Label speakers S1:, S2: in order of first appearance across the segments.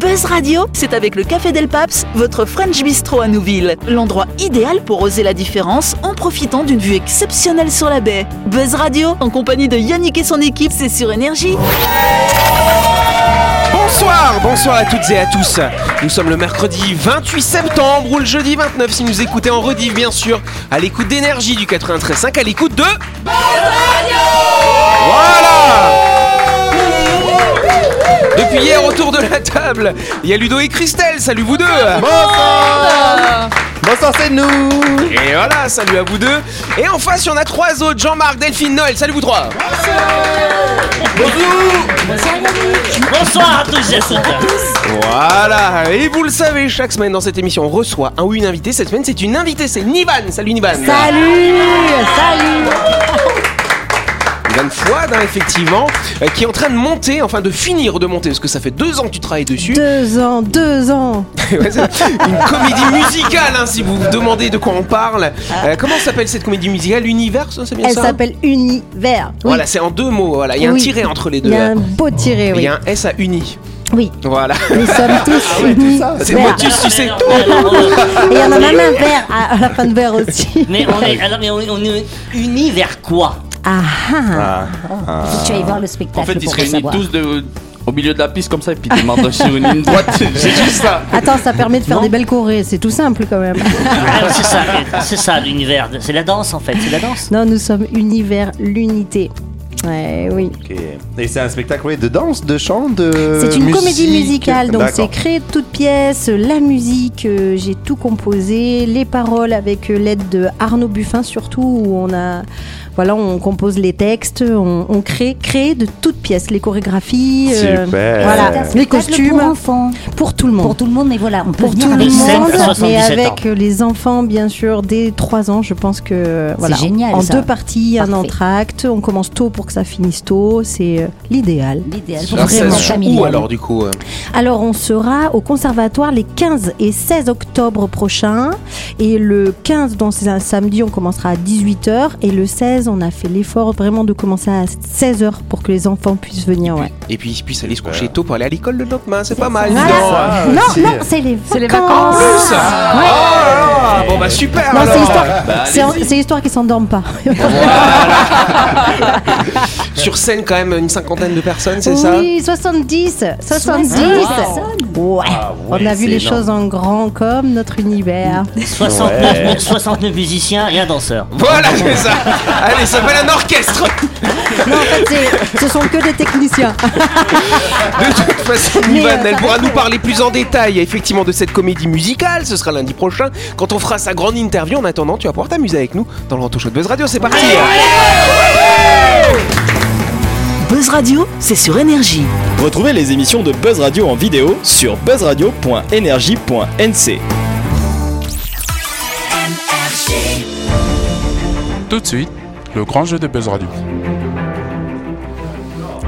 S1: Buzz Radio, c'est avec le Café Del Paps, votre French Bistro à Nouville. L'endroit idéal pour oser la différence en profitant d'une vue exceptionnelle sur la baie. Buzz Radio, en compagnie de Yannick et son équipe, c'est sur Énergie.
S2: Bonsoir, bonsoir à toutes et à tous. Nous sommes le mercredi 28 septembre ou le jeudi 29 si nous écoutez en rediff bien sûr, à l'écoute d'énergie du 93.5, à l'écoute de... Voilà Depuis hier autour de la table, il y a Ludo et Christelle, salut vous deux
S3: Bonsoir Bonsoir, c'est nous
S2: Et voilà, salut à vous deux Et en face, il y en a trois autres, Jean-Marc, Delphine, Noël, salut vous trois
S4: Bonsoir à tous et à toutes.
S2: Voilà, et vous le savez, chaque semaine dans cette émission, on reçoit un ou une invitée. Cette semaine, c'est une invitée, c'est Nivan. Salut Nivan.
S5: Salut Salut
S2: Nivan Fouad, hein, effectivement, euh, qui est en train de monter, enfin de finir de monter, parce que ça fait deux ans que tu travailles dessus.
S5: Deux ans, deux ans
S2: Ouais, c'est une comédie musicale, hein, si vous vous demandez de quoi on parle. Euh, comment s'appelle cette comédie musicale Univers, ça, c'est bien
S5: Elle
S2: ça
S5: s'appelle Univers. Oui.
S2: Voilà, c'est en deux mots, voilà. Il y a un
S5: Oui.
S2: tiré entre les deux.
S5: Il y a
S2: hein.
S5: un beau tiré,
S2: Et Il
S5: oui.
S2: y a un S à uni.
S5: Oui,
S2: Voilà.
S5: nous sommes
S2: Ah
S5: tous unis.
S2: C'est
S5: Vert.
S2: motus, tu sais.
S5: Et il y en a même un vert à, à la fin de vert aussi.
S4: Mais on est, alors, mais on est, on est unis vers quoi
S5: Ah, ah. Si tu ailles voir le spectacle
S6: En fait, ils
S5: pour
S6: se
S5: le
S6: réunissent
S5: savoir.
S6: tous de- au milieu de la piste comme ça et puis ils démarrent sur une ligne droite. C'est juste ça.
S5: Attends, ça permet de faire des belles chorées, c'est tout simple quand même.
S4: Ah, C'est ça, c'est ça l'univers. de- C'est la danse en fait, c'est la danse.
S5: non, nous sommes univers, l'unité. Ouais, oui.
S3: Et c'est un spectacle ouais, de danse, de chant, de.
S5: C'est une
S3: musique.
S5: comédie musicale, donc c'est
S3: D'accord.
S5: créé de toutes pièces, la musique, euh, j'ai tout composé, les paroles avec euh, l'aide de Arnaud Buffin surtout, où on a... Voilà, on compose les textes, on, on crée, crée de toutes pièces, les chorégraphies, euh,
S3: Super.
S5: voilà,
S3: C'est un
S5: les
S7: spectacle
S5: costumes,
S7: pour enfants,
S5: pour tout le monde.
S7: pour tout le monde, mais voilà, on peut
S5: Pour
S7: venir
S5: tout le
S7: avec
S4: sept à
S5: monde, mais
S4: 77
S5: avec euh, les enfants, bien sûr, dès 3 ans, je pense que euh, voilà,
S7: génial,
S5: en
S7: ça.
S5: deux parties, un
S7: Parfait.
S5: entracte, on commence tôt pour que ça finisse tôt, c'est euh, l'idéal.
S7: l'idéal pour
S2: Alors, ça
S7: vraiment
S2: se joue
S7: familial.
S2: où alors du coup euh
S5: Alors on sera au conservatoire les 15 et 16 octobre prochains et le 15 donc c'est un samedi on commencera à 18h et le 16 on a fait l'effort vraiment de commencer à 16h pour que les enfants puissent venir ouais.
S2: Et puis ils puissent aller se coucher tôt pour aller à l'école le lendemain, c'est pas mal.
S5: Voilà.
S2: dis donc.
S3: Ah,
S5: non
S3: aussi.
S5: non c'est les vacances.
S2: En
S8: les
S2: plus Oh là là, Bon bah super
S5: Non,
S2: alors.
S5: c'est l'histoire
S6: Bah,
S5: c'est en- c'est l'histoire qu'ils s'endorment pas.
S2: Sur scène quand même une cinquantaine de personnes, c'est ça
S5: oui, 70, 70. Ouais.
S3: Ah
S5: On a vu les choses en grand comme notre univers.
S4: 69, 69 musiciens et un danseur.
S2: Voilà, c'est ça Allez, ça s'appelle un orchestre
S5: non, en fait, c'est- ce sont que des techniciens.
S2: De toute façon,
S5: Mais,
S2: Nivan,
S5: euh,
S2: elle
S5: ça
S2: pourra
S5: reste-
S2: nous parler plus en détail effectivement de cette comédie musicale. Ce sera lundi prochain quand on fera sa grande interview. En attendant, tu vas pouvoir t'amuser avec nous dans le Ranto Show de Buzz Radio. C'est parti
S1: Buzz Radio, c'est sur Énergie.
S9: Retrouvez les émissions de Buzz Radio en vidéo sur buzzradio.energie.nc.
S10: Tout de suite, le grand jeu de Buzz Radio.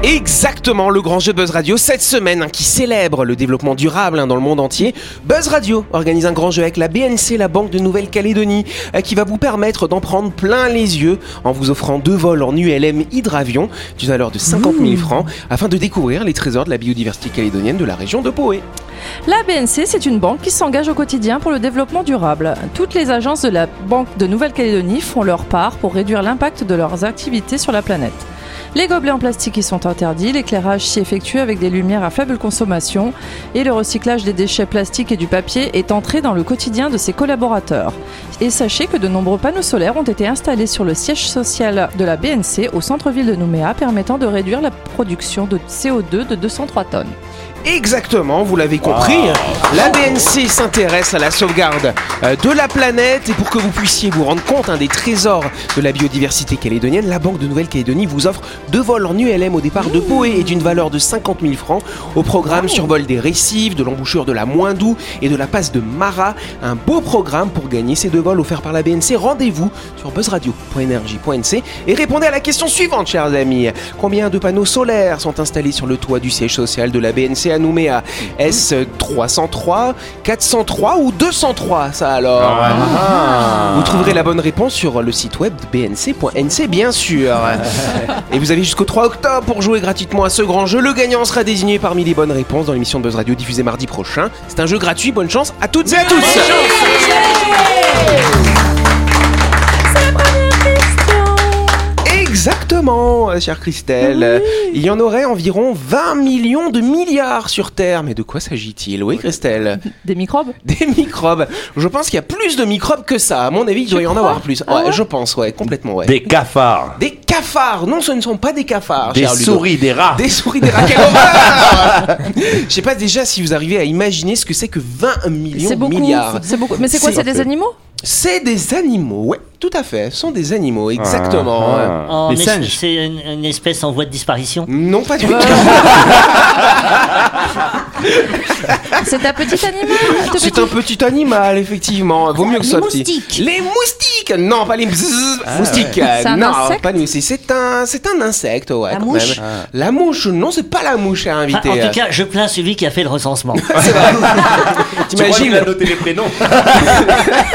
S2: Exactement, le grand jeu Buzz Radio cette semaine hein, qui célèbre le développement durable hein, dans le monde entier. Buzz Radio organise un grand jeu avec la BNC, la Banque de Nouvelle-Calédonie, euh, qui va vous permettre d'en prendre plein les yeux en vous offrant deux vols en ULM hydravion d'une valeur de 50 000 francs afin de découvrir les trésors de la biodiversité calédonienne de la région de Poé.
S8: La BNC, c'est une banque qui s'engage au quotidien pour le développement durable. Toutes les agences de la Banque de Nouvelle-Calédonie font leur part pour réduire l'impact de leurs activités sur la planète. Les gobelets en plastique y sont interdits, l'éclairage s'y effectue avec des lumières à faible consommation et le recyclage des déchets plastiques et du papier est entré dans le quotidien de ses collaborateurs. Et sachez que de nombreux panneaux solaires ont été installés sur le siège social de la BNC au centre-ville de Nouméa permettant de réduire la production de CO2 de 203 tonnes.
S2: Exactement, vous l'avez compris, la BNC s'intéresse à la sauvegarde euh, de la planète et pour que vous puissiez vous rendre compte hein, des trésors de la biodiversité calédonienne, la Banque de Nouvelle-Calédonie vous offre deux vols en ULM au départ de Poé et d'une valeur de 50 000 francs au programme survol des récifs, de l'embouchure de la Moindou et de la passe de Mara. Un beau programme pour gagner ces deux vols offerts par la BNC. Rendez-vous sur buzzradio.energie.nc et répondez à la question suivante, chers amis. Combien de panneaux solaires solaires sont installés sur le toit du siège social de la BNC à Nouméa. Est-ce 303, 403 ou 203 ça alors
S11: Ah,
S3: Ah.
S2: Vous trouverez la bonne réponse sur le site web bnc.nc bien sûr. Et vous avez jusqu'au 3 octobre pour jouer gratuitement à ce grand jeu. Le gagnant sera désigné parmi les bonnes réponses dans l'émission de Buzz Radio diffusée mardi prochain. C'est un jeu gratuit, bonne chance à toutes et à tous Exactement, euh, chère Christelle. Euh, Il y en aurait environ 20 millions de milliards sur Terre. Mais de quoi s'agit-il Oui, Christelle
S8: Des microbes
S2: Des microbes. Je pense qu'il y a plus de microbes que ça. À mon avis, il doit y en avoir plus.
S8: Ah
S2: Ouais, je pense, ouais, complètement, ouais. Des,
S3: Des cafards,
S2: cafards. Non, ce ne sont pas des cafards.
S3: des
S2: cher Ludo.
S3: souris, des rats.
S2: Des souris, des rats. Quelle horreur Je sais pas déjà si vous arrivez à imaginer ce que c'est que 20 millions
S8: C'est
S2: de
S8: beaucoup.
S2: milliards.
S8: C'est beaucoup. Mais c'est quoi
S2: C'est-
S8: C'est des animaux
S2: C'est des animaux, ouais, tout à fait. Ce sont des animaux,
S3: Ah,
S2: exactement. ouais.
S4: Oh,
S7: Des
S4: mais
S7: singes.
S4: C'est une, une espèce en voie de disparition.
S2: Non, pas du tout.
S8: C'est un petit animal tout
S2: C'est
S8: petit.
S2: un petit animal, effectivement. Vaut mieux que ce soit
S5: Les
S2: petit.
S5: moustiques.
S2: Les moustiques Non, pas les bzzz,
S4: Ah,
S2: moustiques.
S8: C'est un
S2: non,
S8: insecte
S2: pas les moustiques. C'est un, c'est un insecte, ouais.
S5: La
S2: quand
S5: mouche.
S2: même. La mouche, non, c'est pas la mouche à
S4: Enfin,
S2: inviter.
S4: Ah. en tout cas, je plains celui qui a fait le recensement.
S2: T'imagines
S3: noté les prénoms.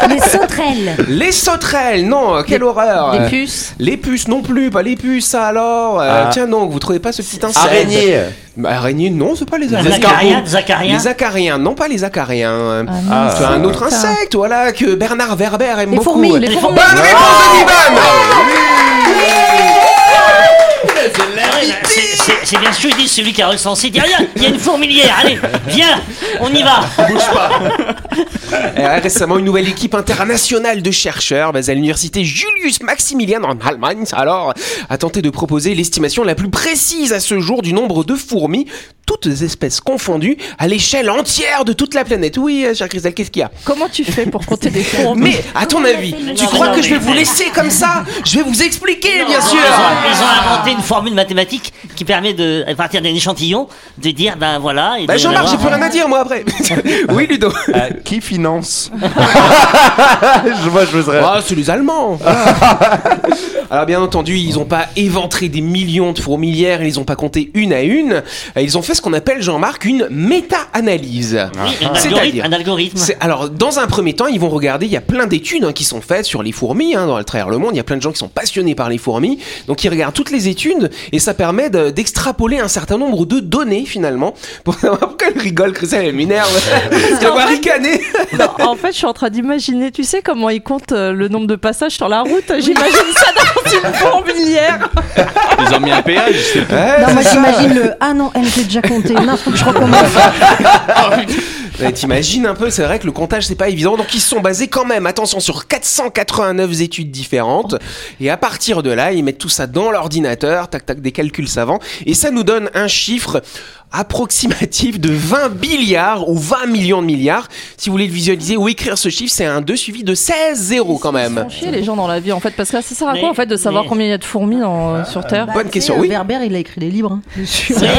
S5: Les sauterelles.
S2: Les sauterelles, non, quelle horreur.
S8: Des puces.
S2: Les puces non plus, pas les puces, ça alors. Euh,
S3: Ah.
S2: Tiens, non, vous trouvez pas ce petit insecte
S3: Araignée.
S2: Bah, araignée, non, c'est pas les
S4: Les
S2: araignées.
S4: acariens, les acariens.
S2: Les acariens, non pas les acariens.
S3: Ah,
S2: C'est un autre
S8: ça.
S2: insecte, voilà, que Bernard Werber aime
S5: Les
S2: beaucoup.
S5: fourmis, les
S8: Les
S5: fourmis.
S8: fourmis.
S2: Bonne réponse de Nivan
S4: Ah ouais, bah, c'est- c'est c'est bien ce que je dis, celui qui a recensé. Dit, regarde, il y a une fourmilière, allez, viens, on y va.
S2: Euh, Récemment, une nouvelle équipe internationale de chercheurs basée à l'université Julius Maximilian en Allemagne, alors, a tenté de proposer l'estimation la plus précise à ce jour du nombre de fourmis, toutes espèces confondues, à l'échelle entière de toute la planète. Oui, euh, cher Christelle, qu'est-ce qu'il y a
S8: Comment tu fais pour compter des fourmis
S2: Mais, à ton avis, tu
S4: Non,
S2: crois
S4: non,
S2: que je vais
S4: mais-
S2: vous laisser comme ça Je vais vous expliquer, bien
S4: Ils
S2: sûr
S4: ont, ils ont inventé une formule mathématique qui permet de, à partir d'un échantillon, de dire, ben voilà. Et
S2: Bah
S4: de-
S2: Jean-Marc, j'ai plus
S4: d'avoir-
S2: rien à dire, moi, après Oui, Ludo
S3: Euh, qui finance Je vois, je voudrais.
S2: Ah, c'est les Allemands Ah. Alors bien entendu, ils n'ont pas éventré des millions de fourmilières, ils n'ont pas compté une à une, Euh, ils ont fait ce qu'on appelle, Jean-Marc, une méta-analyse.
S4: Oui, un algorithme.
S2: C'est-à-dire
S4: Un algorithme.
S2: c'est- alors, dans un premier temps, ils vont regarder. Il y a plein d'études hein, qui sont faites sur les fourmis hein, dans à travers le monde. Il y a plein de gens qui sont passionnés par les fourmis, donc ils regardent toutes les études et ça permet de- d'extrapoler un certain nombre de données finalement. Pour savoir pourquoi elle rigole, Christelle, elle m'énerve. Parce qu'elle va ricaner.
S8: Non, bah, En fait, je suis en train d'imaginer, tu sais comment ils comptent euh, le nombre de passages sur la route J'imagine ça dans une fourmilière
S6: Ils ont mis un péage, c'est tout.
S2: Ouais,
S5: Non, moi
S2: c'est ça.
S5: j'imagine le. Ah non, elle, j'ai déjà compté. Non, faut que je recommence.
S2: Ouais, T'imagines un peu, c'est vrai que le comptage c'est pas évident. Donc ils se sont basés quand même, attention, sur 489 études différentes. Et à partir de là, ils mettent tout ça dans l'ordinateur, tac tac, des calculs savants. Et ça nous donne un chiffre approximatif de 20 milliards ou 20 millions de milliards. Si vous voulez le visualiser ou écrire ce chiffre, c'est un 2 suivi de 16 zéros quand même.
S8: Ils font chier les gens dans la vie en fait, parce que là, ça sert à
S4: Mais-
S8: quoi en fait de savoir
S4: mais-
S8: combien il y a de fourmis dans- euh, sur Terre
S2: Bonne question, Ah,
S5: Tu sais,
S2: oui.
S5: Werber, il a écrit des livres. hein.
S4: Oui,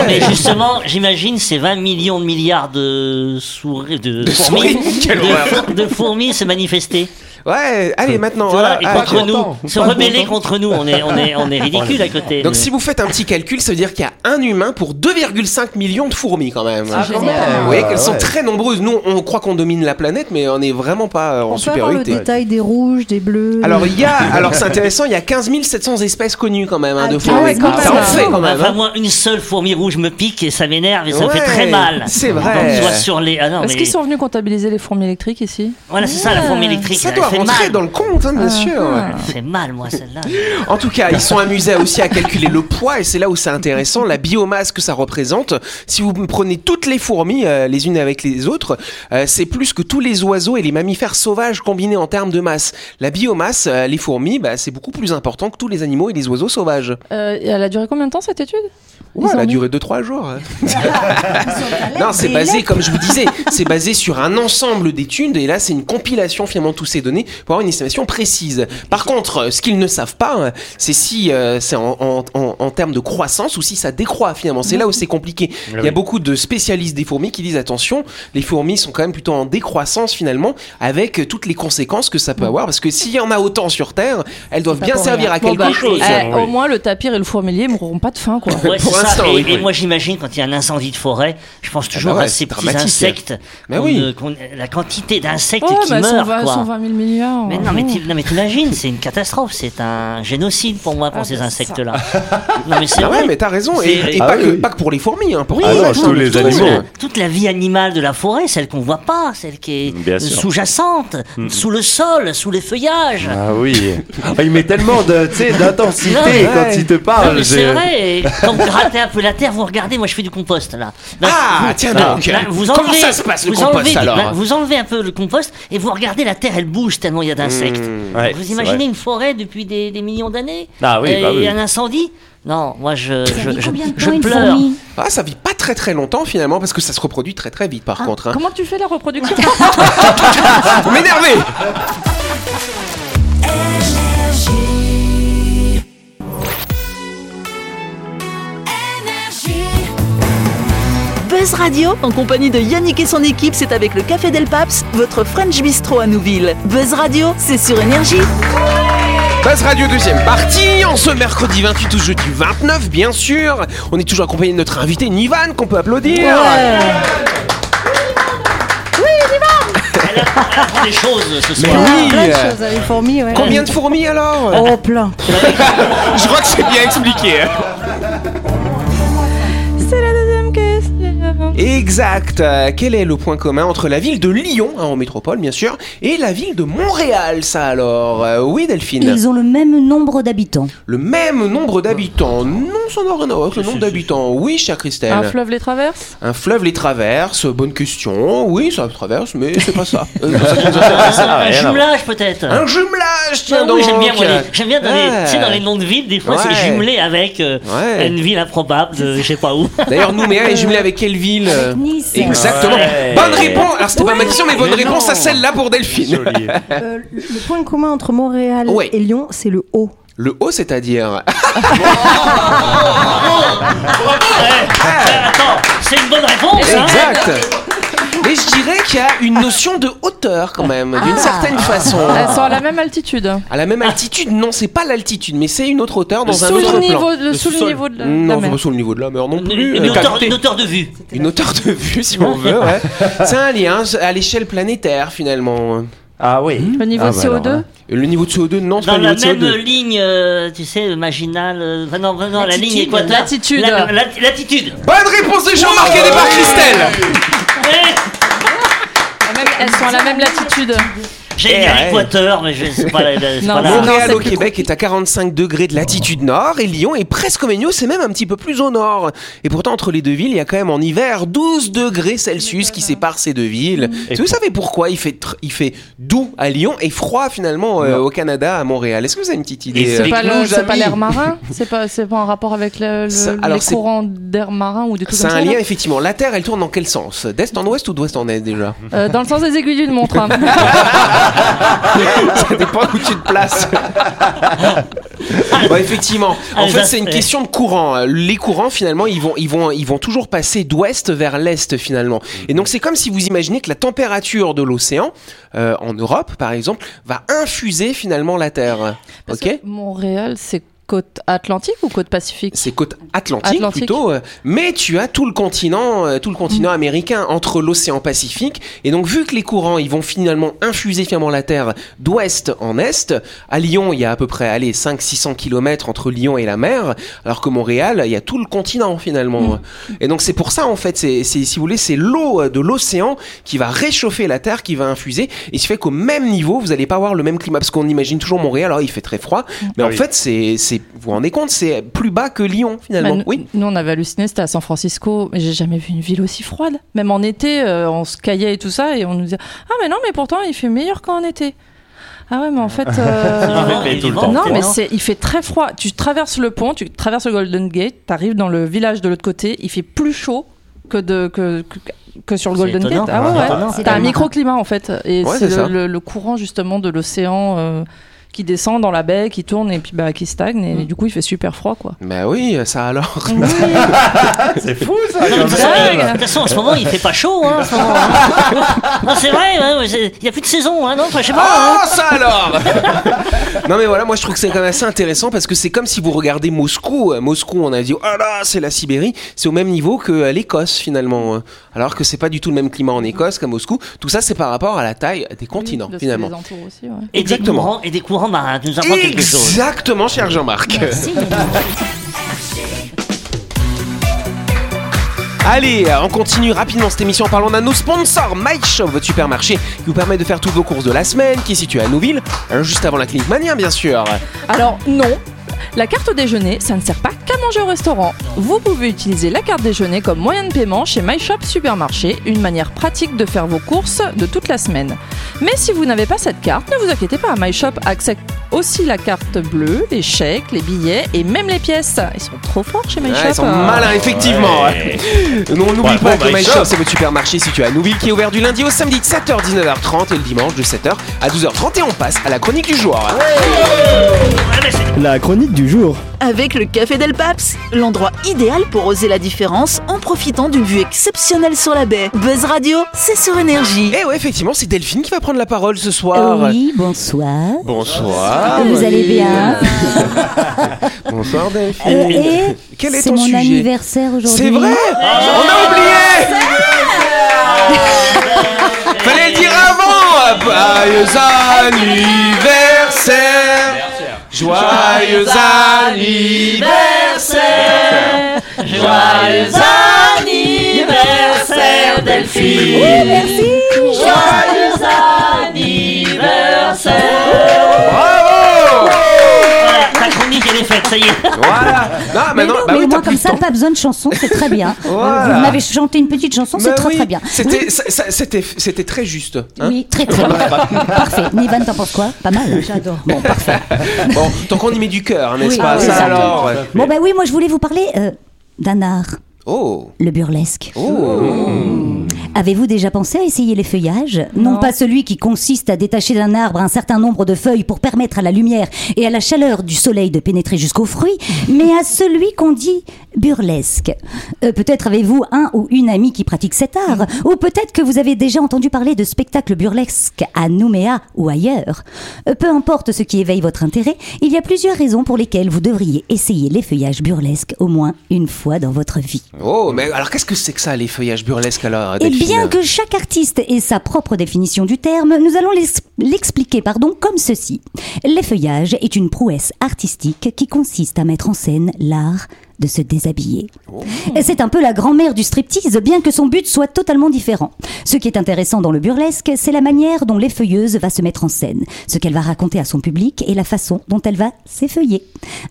S4: mais justement, j'imagine ces 20 millions de milliards de souris, de, fourmis,
S2: souris, quelle
S4: de,
S2: horreur.
S4: four- de fourmis se manifester.
S2: Ouais, allez maintenant,
S4: Tu vois,
S2: voilà.
S4: et
S2: Ah,
S4: contre nous,
S3: content,
S4: se
S3: pas
S4: rebeller
S3: content.
S4: contre nous, on est, on est, on est ridicule à côté.
S2: Oh, Donc si vous faites un petit calcul, ça veut dire qu'il y a un humain pour 2,5 millions de fourmis ah, quand même.
S8: C'est génial.
S11: Ah
S2: Vous voyez
S3: Ouais,
S2: qu'elles sont
S3: ouais.
S2: très nombreuses. Nous, on croit qu'on domine la planète, mais on n'est vraiment pas euh, en
S5: On peut avoir le
S2: supériorité.
S5: détail des rouges, des bleus.
S2: Alors il y a, alors c'est intéressant, il y a 15 700 espèces connues quand même hein, de
S5: Ah,
S2: fourmis.
S8: ouais, quand
S2: ça en
S8: même.
S2: fait quand même.
S4: Enfin,
S2: hein.
S4: moi, une seule fourmi rouge me pique et ça m'énerve et ça me
S2: Ouais,
S4: fait très mal.
S2: c'est
S4: Donc,
S2: vrai.
S4: soit sur les. Ah non,
S8: Est-ce
S4: mais-
S8: qu'ils sont venus comptabiliser les fourmis électriques ici
S4: Voilà, c'est ça la fourmi électrique.
S2: Ça
S4: elle
S2: doit
S4: fait
S2: rentrer
S4: mal.
S2: dans le compte, hein, bien
S5: Ah.
S2: sûr.
S4: Elle fait mal, moi, celle-là.
S2: En tout cas, ils sont amusés aussi à calculer le poids et c'est là où c'est intéressant, la biomasse que ça représente. Si vous prenez toutes les fourmis euh, les unes avec les autres, euh, c'est plus que tous les oiseaux et les mammifères sauvages combinés en termes de masse. La biomasse, euh, les fourmis, bah, c'est beaucoup plus important que tous les animaux et les oiseaux sauvages.
S8: Euh, et Elle a duré combien de temps cette étude
S2: Ouais,
S8: Ils
S2: elle
S8: ont
S2: a
S8: mis-
S2: duré 2-3 jours. hein. non, c'est basé, comme je vous disais, c'est basé sur un ensemble d'études et là, c'est une compilation finalement de toutes ces données pour avoir une estimation précise. Par contre, euh, ce qu'ils ne savent pas, euh, c'est si euh, c'est en, en, en- en termes de croissance ou si ça décroît finalement. C'est là où c'est compliqué. Il y a beaucoup de spécialistes des fourmis qui disent attention, les fourmis sont quand même plutôt en décroissance finalement, avec toutes les conséquences que ça peut avoir. Parce que s'il y en a autant sur Terre, elles doivent
S5: pas
S2: bien
S5: pour
S2: servir
S5: rien.
S2: à
S8: Bon,
S2: quelque
S8: bah,
S2: chose.
S8: eh,
S6: oui.
S8: Au moins, le tapir et le fourmilier mourront pas de faim, quoi.
S4: Ouais,
S2: Pour
S4: c'est ça.
S2: l'instant,
S4: Et-
S2: oui,
S4: et
S2: oui.
S4: moi j'imagine quand il y a un incendie de forêt, je pense toujours
S2: Ah bah ouais,
S4: à ces
S2: c'est
S4: petits
S2: dramatique.
S4: insectes.
S2: Mais
S4: qu'on,
S2: oui.
S4: euh, qu'on- la quantité d'insectes
S8: Oh,
S4: qui
S8: mais
S4: meurent.
S8: 120,
S4: quoi.
S8: 120 000 milliards.
S4: Mais non, mais t'im- non, mais t'imagines, c'est une catastrophe, c'est un génocide pour moi, pour
S8: Ah,
S4: ces
S8: bah,
S4: insectes-là. non, mais c'est
S2: Ah
S4: vrai.
S2: ouais, mais t'as raison.
S4: C'est-
S2: Et, et
S3: Ah
S2: pas,
S3: oui,
S2: que,
S3: oui.
S2: pas que pour les fourmis. Hein, pour
S4: Oui,
S2: tout
S6: Ah
S2: le
S6: non,
S2: monde.
S6: tous les
S2: Tout le
S6: animaux.
S2: monde.
S4: Toute la vie animale de la forêt, celle qu'on voit pas, celle qui est
S6: Bien
S4: euh,
S6: sûr.
S4: sous-jacente, sous le sol, sous les feuillages.
S3: Ah oui. Ah, il met tellement de, tu sais,
S4: Non,
S3: d'intensité
S4: mais-
S3: quand il te
S4: Non,
S2: Ah,
S3: parle.
S4: mais c'est
S3: j'ai-
S4: vrai, et quand vous grattez un peu la terre, vous regardez, moi je fais du compost là. Là,
S2: Ah,
S4: vous-
S2: tiens
S4: là,
S2: donc.
S4: là, vous
S2: Comment
S4: enlevez-
S2: ça se passe, le
S4: vous
S2: compost,
S4: enlevez-
S2: alors
S4: là, Vous enlevez un peu le compost et vous regardez la terre, elle bouge tellement il y a d'insectes.
S2: Hmm.
S3: Ouais,
S4: vous
S3: c'est
S4: imaginez
S3: vrai.
S4: une forêt depuis des, des millions d'années
S3: Ah oui,
S4: Et
S3: bah oui.
S4: un incendie Non, moi je, je, je,
S7: combien de
S4: je
S7: temps une
S4: pleure.
S7: fourmi
S2: Ah, ça vit pas très très longtemps finalement parce que ça se reproduit très très vite par contre. hein.
S8: Comment tu fais la reproduction
S2: Vous m'énervez
S1: Buzz Radio, en compagnie de Yannick et son équipe, c'est avec le Café Del Paps, votre French Bistro à Nouville. Buzz Radio, c'est sur Énergie.
S2: Buzz Radio deuxième partie, en ce mercredi 28 ou jeudi 29 bien sûr. On est toujours accompagné de notre invité Nivan qu'on peut applaudir.
S4: Elle apprend elle apprend des choses ce
S2: Ah, Mais
S4: soir.
S2: oui
S5: plein de choses avec les fourmis, ouais.
S2: Combien de fourmis alors
S5: Oh, plein.
S2: Je crois que c'est bien expliqué. hein.
S8: C'est la deuxième question.
S2: Exact. Euh, Quel est le point commun entre la ville de Lyon, hein, en métropole bien sûr, et la ville de Montréal ça alors Euh, Oui Delphine
S7: Ils ont le même nombre d'habitants.
S2: Le même nombre d'habitants. Non, ça n'a rien à voir avec le nombre d'habitants. Oui, chère Christelle.
S4: Ah,
S8: Un fleuve les traverse
S2: Un fleuve les traverse, bonne question. Oui, ça traverse, mais c'est pas ça. Euh, c'est pas ça qui nous intéresse.
S4: Un jumelage peut-être
S2: un jumelage,
S4: Bah
S2: Ah, tiens
S4: oui,
S2: donc.
S4: j'aime bien, moi, les- j'aime bien dans, les,
S2: Ouais.
S4: tu sais, dans les noms de villes, des fois
S2: Ouais.
S4: c'est jumelé avec euh,
S2: Ouais.
S4: une ville improbable, de je sais pas où.
S2: D'ailleurs, Nouméa est jumelée avec quelle ville euh,
S7: Nice.
S2: Exactement.
S6: Ouais.
S2: Bonne réponse. Alors, c'était pas ma question, mais bonne réponse à celle-là pour Delphine.
S5: Euh, le- le point commun entre Montréal
S2: Ouais.
S5: et Lyon, c'est le haut.
S2: Le haut, c'est-à-dire.
S4: Ouais. Attends, c'est une bonne réponse hein
S2: Exact. Mais je dirais qu'il y a une notion de hauteur quand même,
S4: Ah.
S2: d'une certaine façon.
S8: Elles sont à la même altitude.
S2: À la même altitude, non, c'est pas l'altitude, mais c'est une autre hauteur dans un
S8: sous
S2: autre plan.
S8: le niveau, le, sous le
S6: sous-sol.
S8: niveau de la, de la
S2: Non, c'est
S8: mer.
S2: pas sur le niveau de la mer non
S4: une,
S2: plus.
S4: une
S2: Euh,
S4: hauteur,
S2: capté.
S4: une hauteur de vue.
S2: Une hauteur de vue, si on veut, ouais. C'est un lien à l'échelle planétaire, finalement.
S3: Ah oui.
S8: Le niveau
S3: Ah, bah
S8: CO2
S3: alors, hein.
S2: Le niveau de CO2, non, c'est
S4: Dans
S2: pas le
S4: la
S2: niveau de
S4: même
S2: CO2.
S4: ligne, euh, tu sais, marginale, euh, enfin, non, non, la ligne équateur.
S8: Latitude.
S4: La- la- la- Latitude.
S2: Bonne réponse de Jean-Marc et par Christelle
S4: Eh,
S8: Elles sont à la même latitude.
S4: J'ai
S2: Eh,
S4: dit
S2: ouais.
S4: équateur, mais je c'est pas la. Ah c'est
S8: Non,
S4: pas la-
S8: non, non.
S2: Montréal
S8: c'est
S2: au
S8: plus
S2: Québec est à 45 degrés de latitude nord et Lyon est presque au milieu, c'est même un petit peu plus au nord. Et pourtant, entre les deux villes, il y a quand même en hiver 12 degrés Celsius qui séparent ces deux villes. Est-ce que vous savez pourquoi il fait, tr- il fait doux à Lyon et froid finalement euh, au Canada, à Montréal Est-ce que vous avez une petite idée
S6: c'est
S2: euh,
S8: C'est
S6: Avec
S8: pas, le-
S6: nous,
S8: c'est pas
S6: amis.
S8: l'air marin C'est pas, c'est pas en rapport avec le, le-
S2: Ça- alors,
S8: les
S2: c'est-
S8: courants d'air marin ou des trucs
S2: C'est
S8: comme
S2: un
S8: ça
S2: lien,
S8: là
S2: effectivement. La Terre, elle tourne dans quel sens D'est en ouest ou d'ouest en est déjà
S8: Euh, Dans le sens des aiguilles d'une montre. hein.
S2: Ça dépend où tu te places. Ouais, effectivement. En
S4: Allez,
S2: fait,
S4: ça,
S2: c'est une
S4: ouais.
S2: question de courant. Les courants, finalement, ils vont, ils vont, ils vont toujours passer d'ouest vers l'est, finalement. Et donc, c'est comme si vous imaginez que la température de l'océan, euh, en Europe, par exemple, va infuser finalement la Terre.
S8: Parce
S2: ok
S8: que Montréal, c'est côte atlantique ou côte pacifique
S2: c'est côte atlantique,
S8: Atlantique. Mm.
S2: plutôt, euh, mais tu as tout le continent, euh, tout le continent américain entre l'océan Pacifique. Et donc, vu que les courants, ils vont finalement infuser finalement la Terre d'ouest en est, à Lyon, il y a à peu près, allez, 500-600 kilomètres entre Lyon et la mer, alors que Montréal, il y a tout le continent finalement. Et donc, c'est pour ça, en fait, c'est, c'est- si vous voulez, c'est l'eau euh, de l'océan qui va réchauffer la Terre, qui va infuser. Et ce qui fait qu'au même niveau, vous n'allez pas avoir le même climat, parce qu'on imagine toujours Montréal, alors il fait très froid, mais en
S6: oui.
S2: fait, c'est, c'est, vous vous rendez compte, c'est plus bas que Lyon finalement.
S8: Bah, nous,
S2: oui.
S8: nous, on avait halluciné, c'était à San Francisco. mais J'ai jamais vu une ville aussi froide. Même en été, euh, on se caillait et tout ça, et on nous disait Ah, mais non, mais pourtant, il fait meilleur qu'en été. Ah ouais, mais en fait. euh,
S4: Il
S6: fait
S4: est
S6: tout le
S4: vivant, il
S6: temps.
S4: est
S8: Non, mais
S4: vivant.
S8: c'est, il fait très froid. Tu traverses le pont, tu traverses le Golden Gate, tu arrives dans le village de l'autre côté, il fait plus chaud que, de, que, que, que sur le
S4: C'est
S8: Golden
S4: étonnant.
S8: Gate. Ah ouais, ouais.
S4: Étonnant.
S8: T'as un microclimat en fait, et
S2: Ouais,
S8: c'est
S2: c'est ça.
S8: le, le- le courant justement de l'océan euh, qui descend dans la baie, qui tourne et puis bah, qui stagne.
S4: Mm.
S8: Et, du coup, il fait super froid, quoi.
S2: Bah oui, ça alors.
S7: C'est fou ça.
S4: Non, mais de toute façon, il- de toute façon, en ce moment, il fait pas chaud. Hein, en ce moment, hein. Non, c'est vrai, hein, c'est- il n'y a plus de saison. Hein, non, enfin, je sais pas.
S2: Ah,
S4: hein.
S2: ça alors Non mais voilà, moi je trouve que c'est quand même assez intéressant parce que c'est comme si vous regardez Moscou. Euh, Moscou, on a dit ah là, c'est la Sibérie, c'est au même niveau que euh, l'Écosse finalement. Euh, Alors que c'est pas du tout le même climat en Écosse qu'à Moscou. Tout ça, c'est par rapport à la taille des continents
S8: de ce qui
S2: finalement.
S8: les entoure aussi, ouais.
S4: Et des,
S2: Exactement.
S4: courants, et des courants marins, tu nous apprends quelque chose.
S2: Exactement, cher Jean-Marc. Allez, on continue rapidement cette émission en parlant d'un de nos sponsors, MyShop, votre supermarché qui vous permet de faire toutes vos courses de la semaine, qui est situé à Nouville, euh, juste avant la clinique Mania, bien sûr.
S8: Alors non, la carte déjeuner, ça ne sert pas qu'à manger au restaurant. Vous pouvez utiliser la carte déjeuner comme moyen de paiement chez MyShop Supermarché, une manière pratique de faire vos courses de toute la semaine. Mais si vous n'avez pas cette carte, ne vous inquiétez pas, MyShop accepte aussi la carte bleue, les chèques, les billets et même les pièces. Ils sont trop forts chez
S2: Ouais,
S8: MyShop.
S2: Ah, ils sont malins, effectivement.
S7: Ouais.
S2: Non, on n'oublie
S7: Ouais,
S2: pas
S7: bon,
S2: que
S7: bah,
S2: My
S7: il
S2: Shop,
S7: sort.
S2: c'est votre supermarché situé à Nouville qui est ouvert du lundi au samedi de 7h, 19h30 et le dimanche de 7h à 12h30. Et on passe à la chronique du jour.
S4: Ouais, mais c'est-
S12: La chronique du jour.
S1: Avec le Café Del Paps, l'endroit idéal pour oser la différence en profitant d'une vue exceptionnelle sur la baie. Buzz Radio, c'est sur énergie.
S2: Et Eh ouais, effectivement, c'est Delphine qui va prendre la parole ce soir.
S5: Eh Oui, bonsoir.
S2: Ah, Bonsoir.
S5: Vous allez bien
S2: Bonsoir Delphine.
S5: Euh, Et
S2: Quel est
S5: c'est
S2: ton
S5: mon
S2: sujet
S5: anniversaire aujourd'hui.
S2: C'est vrai Ah, On a oublié
S5: Ah,
S2: Fallait le dire avant Joyeux anniversaire Joyeux anniversaire
S4: Joyeux anniversaire Delphine Joyeux anniversaire
S2: Bravo
S4: Voilà, ta chronique elle est faite, ça y est
S2: Voilà Non,
S5: Mais
S2: maintenant,
S5: non,
S2: bah
S5: mais
S2: oui, t'as
S5: au moins
S2: plus
S5: comme
S2: le
S5: ça,
S2: temps.
S5: pas besoin de chanson, c'est très bien.
S2: Voilà.
S5: Vous m'avez chanté une petite chanson, c'est
S2: Bah
S5: très
S2: oui,
S5: très bien.
S2: C'était ça- ça- c'était- c'était très juste. hein.
S5: oui, très très bien. parfait. Nivan, t'en penses quoi Pas mal. J'adore. Bon, parfait.
S2: Bon, tant qu'on y met du cœur, hein, n'est-ce
S5: Oui,
S2: pas
S5: oui,
S2: Ça
S5: ça.
S2: alors euh. ouais.
S5: Bon, bah oui, moi je voulais vous parler euh, d'un art,
S2: Oh
S5: le burlesque.
S2: Oh
S5: Avez-vous déjà pensé à essayer les feuillages non. pas celui qui consiste à détacher d'un arbre un certain nombre de feuilles pour permettre à la lumière et à la chaleur du soleil de pénétrer jusqu'aux fruits, mais à celui qu'on dit burlesque. Euh, peut-être avez-vous un ou une amie qui pratique cet art, ou peut-être que vous avez déjà entendu parler de spectacles burlesques à Nouméa ou ailleurs. Euh, peu importe ce qui éveille votre intérêt, il y a plusieurs raisons pour lesquelles vous devriez essayer les feuillages burlesques au moins une fois dans votre vie.
S2: Oh, mais alors qu'est-ce que c'est que ça, les feuillages burlesques alors
S5: Et
S2: Delphine
S5: Eh bien que chaque artiste ait sa propre définition du terme, nous allons l'ex- l'expliquer pardon, comme ceci. L'effeuillage est une prouesse artistique qui consiste à mettre en scène l'art de se déshabiller. Et C'est un peu la grand-mère du striptease, bien que son but soit totalement différent. Ce qui est intéressant dans le burlesque, c'est la manière dont l'effeuilleuse va se mettre en scène, ce qu'elle va raconter à son public et la façon dont elle va s'effeuiller.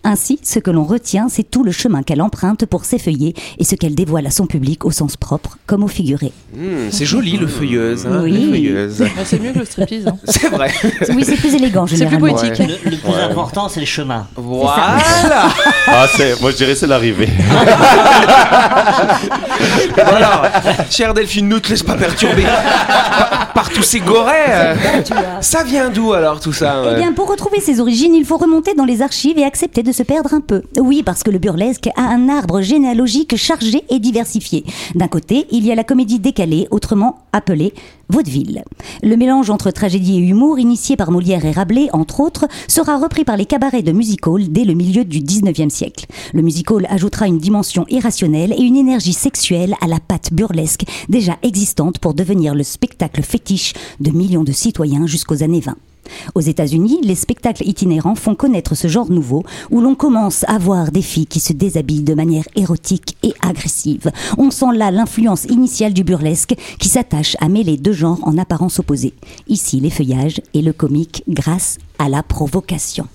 S5: Ainsi, ce que l'on retient, c'est tout le chemin qu'elle emprunte pour s'effeuiller et ce qu'elle dévoile à son public au sens propre comme au figuré.
S2: Hmm, c'est joli le feuilleuse. hein,
S5: Oui.
S2: le feuilleuse.
S8: Bah, c'est mieux que le striptease. hein.
S2: C'est vrai.
S5: Oui, c'est plus élégant,
S8: C'est plus
S5: généralement.
S8: poétique.
S2: Ouais.
S4: Le, le plus important c'est le chemin.
S2: Voilà.
S7: Ah, c'est, moi je dirais c'est l'arrivée.
S2: Alors, chère Delphine, ne te laisse pas perturber par, par tous ces gorets. euh. Ça vient d'où alors tout ça
S5: Eh
S2: ouais
S5: bien, pour retrouver ses origines, il faut remonter dans les archives et accepter de se perdre un peu. Oui, parce que le burlesque a un arbre généalogique chargé et diversifié. D'un côté, il y a la comédie décalée, autrement appelée vaudeville. Le mélange entre tragédie et humour, initié par Molière et Rabelais, entre autres, sera repris par les cabarets de music hall dès le milieu du 19e siècle. Le music hall ajoutera une dimension irrationnelle et une énergie sexuelle à la patte burlesque déjà existante pour devenir le spectacle fétiche de millions de citoyens jusqu'aux années 20. Aux États-Unis, les spectacles itinérants font connaître ce genre nouveau où l'on commence à voir des filles qui se déshabillent de manière érotique et agressive. On sent là l'influence initiale du burlesque qui s'attache à mêler deux genres en apparence opposée. Ici, les feuillages et le comique grâce à la provocation.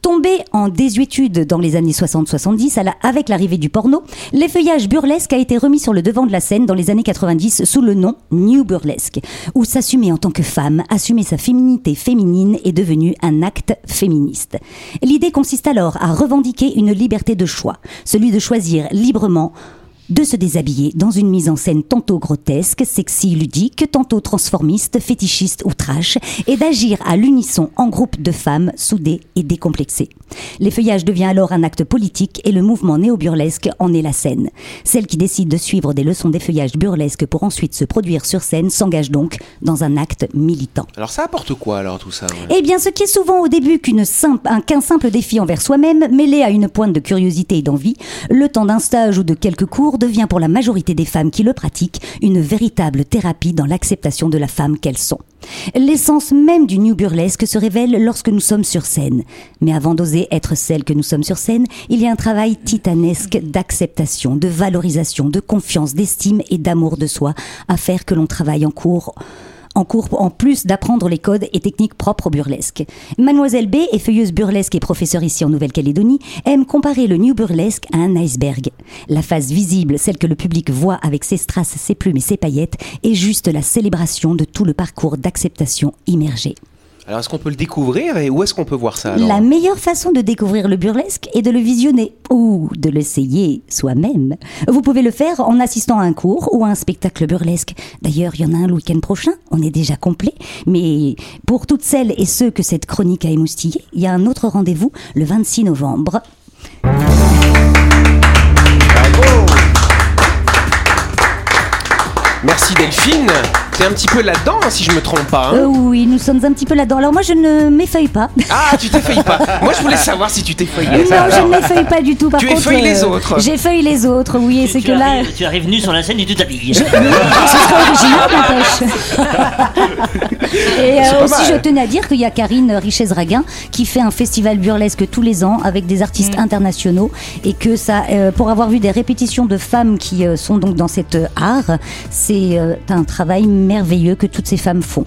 S5: Tombé en désuétude dans les années 60-70 à la- avec l'arrivée du porno, l'effeuillage burlesque a été remis sur le devant de la scène dans les années 90 sous le nom New Burlesque, où s'assumer en tant que femme, assumer sa féminité féminine est devenu un acte féministe. L'idée consiste alors à revendiquer une liberté de choix, celui de choisir librement
S7: de se déshabiller dans une mise en scène tantôt grotesque, sexy, ludique, tantôt transformiste, fétichiste ou trash, et d'agir à l'unisson en groupe de femmes soudées et décomplexées. L'effeuillage devient alors un acte politique et le mouvement néo-burlesque en est la scène. Celles qui décident de suivre des leçons d'effeuillage burlesque pour ensuite se produire sur scène s'engagent donc dans un acte militant.
S2: Alors ça apporte quoi alors tout ça ouais
S7: Eh bien, ce qui est souvent au début qu'une simple- un- qu'un simple défi envers soi-même, mêlé à une pointe de curiosité et d'envie, le temps d'un stage ou de quelques cours devient pour la majorité des femmes qui le pratiquent une véritable thérapie dans l'acceptation de la femme qu'elles sont. L'essence même du new burlesque se révèle lorsque nous sommes sur scène. Mais avant d'oser être celle que nous sommes sur scène, il y a un travail titanesque d'acceptation, de valorisation, de confiance, d'estime et d'amour de soi à faire que l'on travaille en cours en cours en plus d'apprendre les codes et techniques propres au burlesque. Mademoiselle B, effeuilleuse burlesque et professeure ici en Nouvelle-Calédonie, aime comparer le new burlesque à un iceberg. La face visible, celle que le public voit avec ses strass, ses plumes et ses paillettes, est juste la célébration de tout le parcours d'acceptation immergé.
S2: Alors est-ce qu'on peut le découvrir et où est-ce qu'on peut voir ça alors
S7: Eh- La meilleure façon de découvrir le burlesque est de le visionner ou de l'essayer soi-même. Vous pouvez le faire en assistant à un cours ou à un spectacle burlesque. D'ailleurs, il y en a un le week-end prochain, on est déjà complet. Mais pour toutes celles et ceux que cette chronique a émoustillé, il y a un autre rendez-vous le 26 novembre.
S2: Merci Delphine. T'es un petit peu là-dedans hein, si je me trompe pas. hein.
S7: Euh, oui, nous sommes un petit peu là-dedans. Alors moi, je ne m'effeuille pas.
S2: Ah, tu t'effeuilles pas. Moi, je voulais savoir si tu t'effeuillais.
S7: non, je ne m'effeuille pas du tout. Par
S2: Ah, Tu
S7: contre, euh,
S2: effeuilles les autres.
S7: J'effeuille les autres, oui, et c'est
S4: tu,
S7: que là...
S4: arrives, tu arrives nu sur la scène et tu t'habilles.
S7: Ce serait original, n'empêche. Et euh,
S4: C'est pas
S7: aussi,
S4: mal.
S7: je tenais à dire qu'il y a Karine Richez-Raguin qui fait un festival burlesque tous les ans avec des
S2: Mm.
S7: artistes internationaux et que ça, euh, pour avoir vu des répétitions de femmes qui euh, sont donc dans cet euh, art, c'est euh, un travail merveilleux que toutes ces femmes font.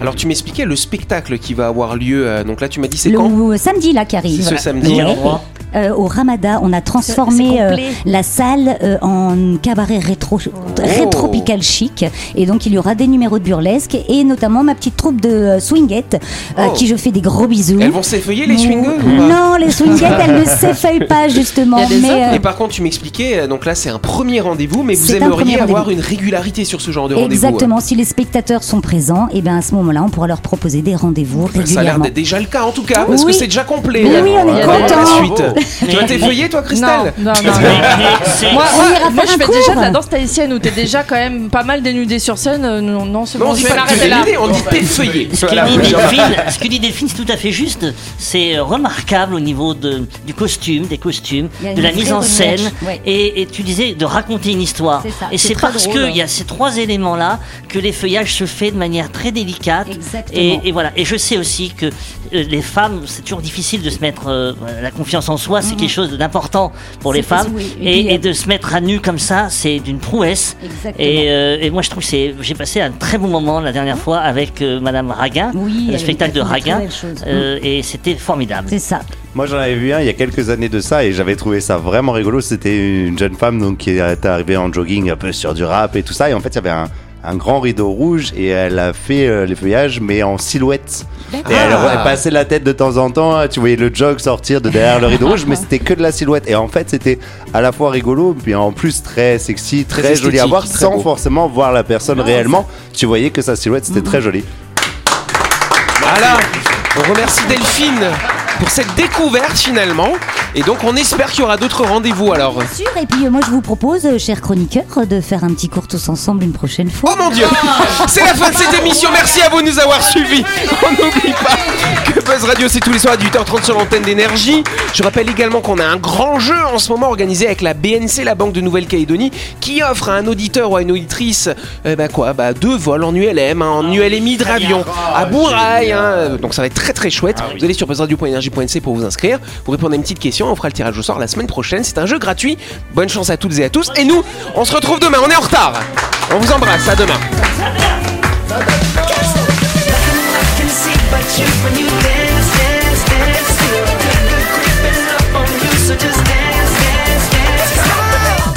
S2: Alors, tu m'expliquais le spectacle qui va avoir lieu. euh, donc là, tu m'as dit c'est
S7: Le
S2: quand
S7: euh, samedi là qui arrive.
S2: C'est ce samedi. Quel endroit
S7: Euh, au Ramada, on a transformé euh,
S13: complet.
S7: la salle euh, en cabaret rétro,
S2: Oh.
S7: rétropical chic. Et donc, il y aura des numéros de burlesque et notamment ma petite troupe de euh, swinguettes euh,
S2: Oh.
S7: qui je fais des gros bisous.
S2: Elles vont s'effeuiller les swingers ou pas
S7: Non, les swinguettes, elles ne s'effeuillent pas justement. mais, euh,
S2: Et par contre, tu m'expliquais, euh, donc là c'est un premier rendez-vous, mais vous
S7: C'est un
S2: aimeriez
S7: premier
S2: avoir une
S7: rendez-vous.
S2: régularité sur ce genre de rendez-vous. hein.
S7: Exactement, si les spectateurs sont présents, et bien à ce moment-là, on pourra leur proposer des rendez-vous
S2: Bah, Ça a l'air
S7: régulièrement.
S2: d'être déjà le cas en tout cas, parce que
S7: Oui.
S2: c'est déjà complet.
S7: Oui, oui, on est
S2: Voilà, pour la
S7: content.
S2: suite. tu vas t'effeuiller toi, Christelle
S8: Non, non, non.
S2: c'est-
S8: moi,
S2: On
S8: moi-
S2: ira
S8: moi,
S2: faire
S8: je
S2: un
S8: fais
S2: cours.
S8: déjà de la danse tahitienne où t'es déjà quand même pas mal dénudé sur scène. Euh, Non, non, c'est
S2: Non,
S8: bon,
S2: on dit
S8: je vais
S2: pas
S8: m'arrêter là.
S2: dénudé, on dit t'effeuiller.
S4: Ce que, dit Delphine, ce que dit Delphine, c'est tout à fait juste. C'est euh, remarquable au niveau de, du costume, des costumes,
S13: Il y a
S4: de
S13: une
S4: la mise
S13: vraie
S4: en scène.
S13: recherche, ouais.
S4: Et, et tu disais de raconter une histoire.
S13: C'est ça,
S4: Et
S13: c'est
S4: c'est
S13: très
S4: parce
S13: drôle. hein.
S4: qu'il y a ces trois éléments-là que l'effeuillage se fait de manière très délicate. Et,
S13: Exactement.
S4: et voilà. Et je sais aussi que euh, les femmes, c'est toujours difficile de se mettre euh, la confiance en soi, c'est quelque chose d'important
S13: Mm-hmm.
S4: pour
S13: C'est
S4: les femmes.
S13: possible, oui. Et puis,
S4: Et, et
S13: euh,
S4: de se mettre à nu comme ça, c'est d'une prouesse.
S13: Exactement.
S4: Et, euh, et moi, je trouve que c'est- j'ai passé un très bon moment la dernière fois avec euh, Madame Raguin,
S7: elle
S4: le
S7: a
S4: spectacle
S7: fait
S4: de
S7: une très
S4: Raguin,
S7: belle chose.
S4: euh, et c'était formidable.
S7: C'est ça.
S11: Moi, j'en avais vu un il y a quelques années de ça et j'avais trouvé ça vraiment rigolo. C'était une jeune femme donc qui était arrivée en jogging un peu sur du rap et tout ça. Et en fait, il y avait un, un grand rideau rouge et elle a fait euh, les feuillages, mais en silhouette.
S14: D'accord.
S11: Et elle,
S14: Ah.
S11: elle passait la tête de temps en temps. Tu voyais le jog sortir de derrière le rideau rouge, mais c'était que de la silhouette. Et en fait, c'était à la fois rigolo, puis en plus très sexy, très,
S2: Très
S11: joli à
S2: esthétique,
S11: voir,
S2: très
S11: sans
S2: beau.
S11: forcément voir la personne réellement. Tu voyais que sa silhouette,
S2: Mhm.
S11: c'était très joli.
S2: Voilà, on remercie Delphine pour cette découverte finalement. Et donc on espère qu'il y aura d'autres rendez-vous alors.
S7: Sûr, et puis euh, moi je vous propose, euh, chers chroniqueurs, euh, de faire un petit cours tous ensemble une prochaine fois.
S2: Oh mon Dieu C'est la fin de cette émission, merci à vous de nous avoir suivis. On n'oublie pas que Buzz Radio c'est tous les soirs à 8h30 sur l'antenne d'énergie. Je rappelle également qu'on a un grand jeu en ce moment organisé avec la BNC, la Banque de Nouvelle-Calédonie, qui offre à un auditeur ou à une auditrice eh ben quoi, bah, deux vols en ULM, hein, en ULMI de Ravion, à Bourail. hein. Donc ça va être très très chouette. Vous allez sur buzzradio.energie.nc pour vous inscrire. Vous répondez à une petite question, on fera le tirage au sort la semaine prochaine. C'est un jeu gratuit. Bonne chance à toutes et à tous. Et nous, on se retrouve demain, on est en retard. On vous embrasse, à demain.
S13: can see but you when you dance, dance, dance. Good creeping up on you, so just dance, dance, dance.